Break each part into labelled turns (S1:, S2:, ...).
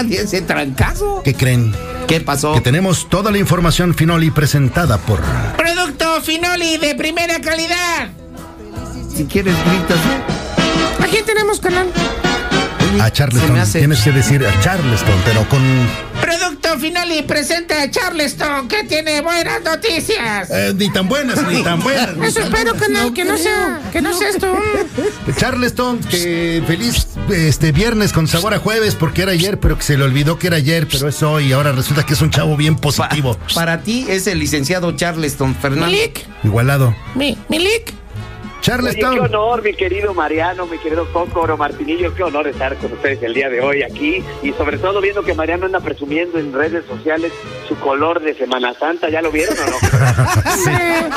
S1: ese trancazo.
S2: ¿Qué creen?
S1: ¿Qué pasó?
S2: Que tenemos toda la información Finoli presentada por.
S3: Mm,
S1: Producto Finoli de primera calidad. Si quieres, gritas. Aquí tenemos canal.
S2: A Charleston. Tienes que decir a Charleston, pero con.
S1: Producto Finoli presenta a Charleston, que tiene buenas noticias.
S2: eh, ni tan buenas, ni tan buenas. ni
S1: Eso
S2: tan
S1: espero que no, que no sea, que no sea esto.
S2: buenas. Charleston, que feliz este viernes con sabor a jueves, porque era ayer, pero que se le olvidó que era ayer, pero es hoy. Ahora resulta que es un chavo bien positivo.
S1: Para ti es el licenciado Charleston Fernández.
S3: Milik,
S2: Igualado.
S3: mi, Milik.
S4: Oye, qué
S2: Charleston.
S4: honor, mi querido Mariano, mi querido Cócoro, Martinillo, qué honor estar con ustedes el día de hoy aquí y sobre todo viendo que Mariano anda presumiendo en redes sociales su color de Semana Santa, ¿ya lo vieron o no?
S3: eh,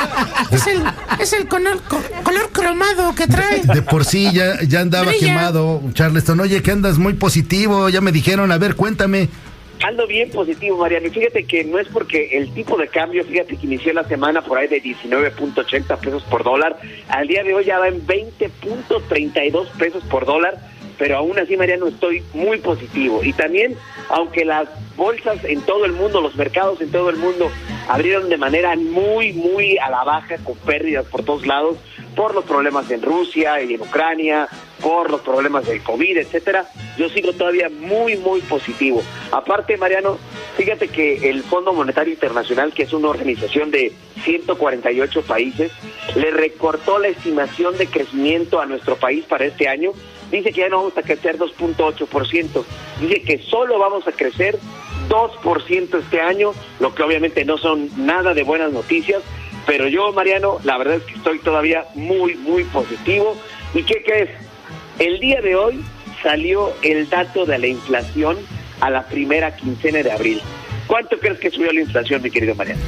S3: es el, es el color, co- color cromado que trae.
S2: De por sí ya, ya andaba
S3: Brilla.
S2: quemado, Charleston. Oye, que andas muy positivo. Ya me dijeron, a ver, cuéntame.
S4: Ando bien positivo, Mariano, y fíjate que no es porque el tipo de cambio, fíjate que inició la semana por ahí de 19.80 pesos por dólar, al día de hoy ya va en 20.32 pesos por dólar. Pero aún así, Mariano, estoy muy positivo. Y también, aunque las bolsas en todo el mundo, los mercados en todo el mundo abrieron de manera muy, muy a la baja, con pérdidas por todos lados, por los problemas en Rusia y en Ucrania, por los problemas del COVID, etcétera. Yo sigo todavía muy, muy positivo. Aparte, Mariano, fíjate que el Fondo Monetario Internacional, que es una organización de 148 países, le recortó la estimación de crecimiento a nuestro país para este año. Dice que ya no vamos a crecer 2.8%. Dice que solo vamos a crecer 2% este año, lo que obviamente no son nada de buenas noticias, pero yo, Mariano, la verdad es que estoy todavía muy, muy positivo. ¿Y qué crees? El día de hoy salió el dato de la inflación a la primera quincena de abril. ¿Cuánto crees que subió la inflación, mi querido Mariano?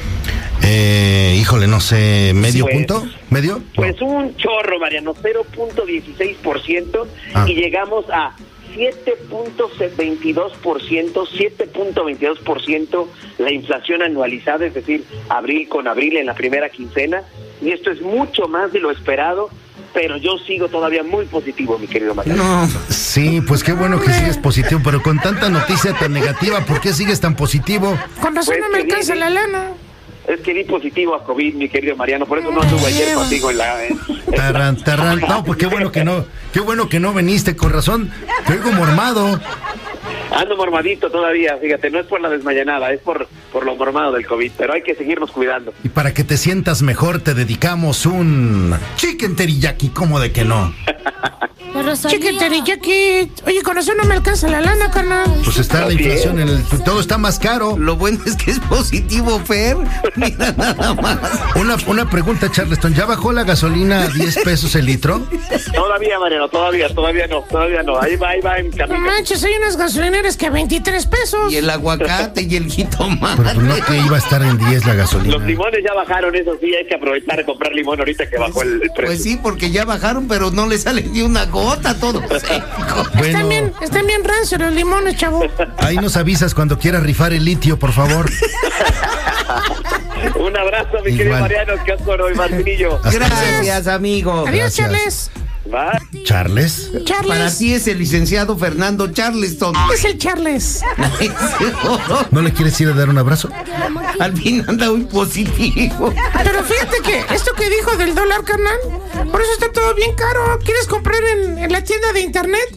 S2: Eh, híjole, no sé, ¿medio
S4: Pues-
S2: punto? ¿Medio?
S4: Pues un chorro, Mariano, 0.16%
S2: Ah.
S4: y llegamos a 7.22%, 7.22% la inflación anualizada, es decir, abril con abril en la primera quincena. Y esto es mucho más de lo esperado, pero yo sigo todavía muy positivo, mi querido Mariano.
S1: No.
S2: Sí, pues qué bueno que sigues positivo, pero con tanta noticia tan negativa, ¿por qué sigues tan positivo?
S3: Con razón no me alcanza la lana.
S4: Es que di positivo a COVID, mi querido Mariano, por eso no estuve ayer contigo en la... en- en la-
S2: Tarran, tarran. No, pues qué bueno que no, qué bueno que no viniste, con razón. Te oigo mormado.
S4: Ando mormadito todavía, fíjate, no es por la desmayanada, es por, por lo mormado del COVID, pero hay que seguirnos cuidando.
S2: Y para que te sientas mejor, te dedicamos un chicken teriyaki, ¿cómo de que no?
S1: Pues
S3: Chicken teriyaki. Oye, con razón no me alcanza la lana, carnal.
S2: Pues está la inflación, en el, todo está más caro.
S1: Lo bueno es que es positivo, Fer. Mira nada más.
S2: Una, una pregunta, Charleston, ¿ya bajó la gasolina a 10 pesos el litro?
S4: Todavía, Mariano, todavía, todavía no, todavía no. Ahí va, ahí va en
S3: No
S4: camino.
S3: manches, hay unas gasolineras que a 23 pesos.
S1: Y el aguacate y el
S2: Pero pues,
S1: jitomate.
S2: no que iba a estar en 10 la
S4: Los
S2: gasolina.
S4: limones ya bajaron, eso sí, hay que aprovechar a comprar limón ahorita que bajó el, el precio.
S1: Pues sí, porque ya bajaron, pero no le sale ni una gota todo seco.
S3: Están
S2: Bueno,
S3: bien, están bien rancios los limones, chavo.
S2: ahí nos avisas cuando quieras rifar el litio, por favor.
S4: Un abrazo, mi querido
S2: Igual.
S4: Mariano, qué hoy, Martinillo.
S2: Hasta
S1: Gracias, amigo.
S2: Gracias.
S3: Adiós, Charles.
S4: Bye.
S2: ¿Charles?
S1: Para
S3: Charles.
S1: ti es el licenciado Fernando Charleston.
S3: Es el Charles.
S2: ¿No le quieres ir a dar un abrazo?
S1: Al fin anda muy positivo.
S3: Pero fíjate que esto que dijo del dólar, carnal, por eso está todo bien caro. ¿Quieres comprar en, en la tienda de internet?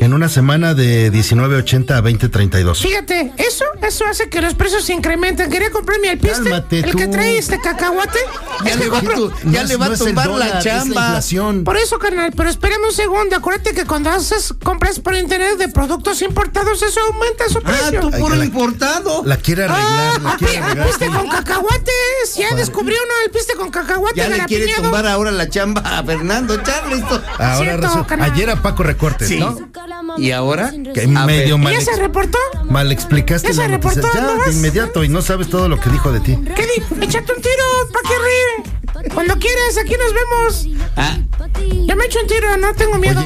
S2: En una semana de 19.80 a 20.32.
S3: Fíjate, eso, eso hace que los precios se incrementen. Quería comprarme el piste,
S2: Cálmate,
S3: el que
S2: tú.
S3: trae este cacahuate. Este,
S1: Ya le va, a tu- ya le va a
S2: es el
S1: tumbar
S2: dólar,
S1: la
S2: es la
S1: chamba.
S2: inflación.
S3: Por eso, carnal, pero espérame un segundo. Acuérdate que cuando haces compras por internet de productos importados, eso aumenta su
S1: Ah,
S3: precio.
S1: tú puro
S2: la-
S1: importado.
S2: La quiere arreglar, la
S3: Ah,
S2: quiere arreglar.
S3: piste con cacahuates. Ya descubrió uno el piste con cacahuate
S1: ya le quiere
S3: garapiñado.
S1: tumbar ahora la chamba a Fernando Charleston.
S2: Ahora
S3: Cierto,
S2: resulta-
S3: carnal.
S2: ayer a Paco Recortes,
S1: Sí.
S2: ¿no?
S1: ¿Y ahora?
S2: Que
S1: A
S2: medio
S1: ver.
S3: ¿Y
S2: mal,
S3: ya se
S2: ex-
S3: reportó?
S2: mal explicaste
S3: Ya se
S2: la noticia.
S3: reportó,
S2: Ya,
S3: ¿no
S2: de
S3: vas?
S2: inmediato, y no sabes todo lo que dijo de ti.
S3: ¿Qué di? Échate un tiro, pa' que ríe. Cuando quieras, aquí nos vemos.
S1: Ah,
S3: Ya me echo un tiro, no tengo miedo.
S2: Oye,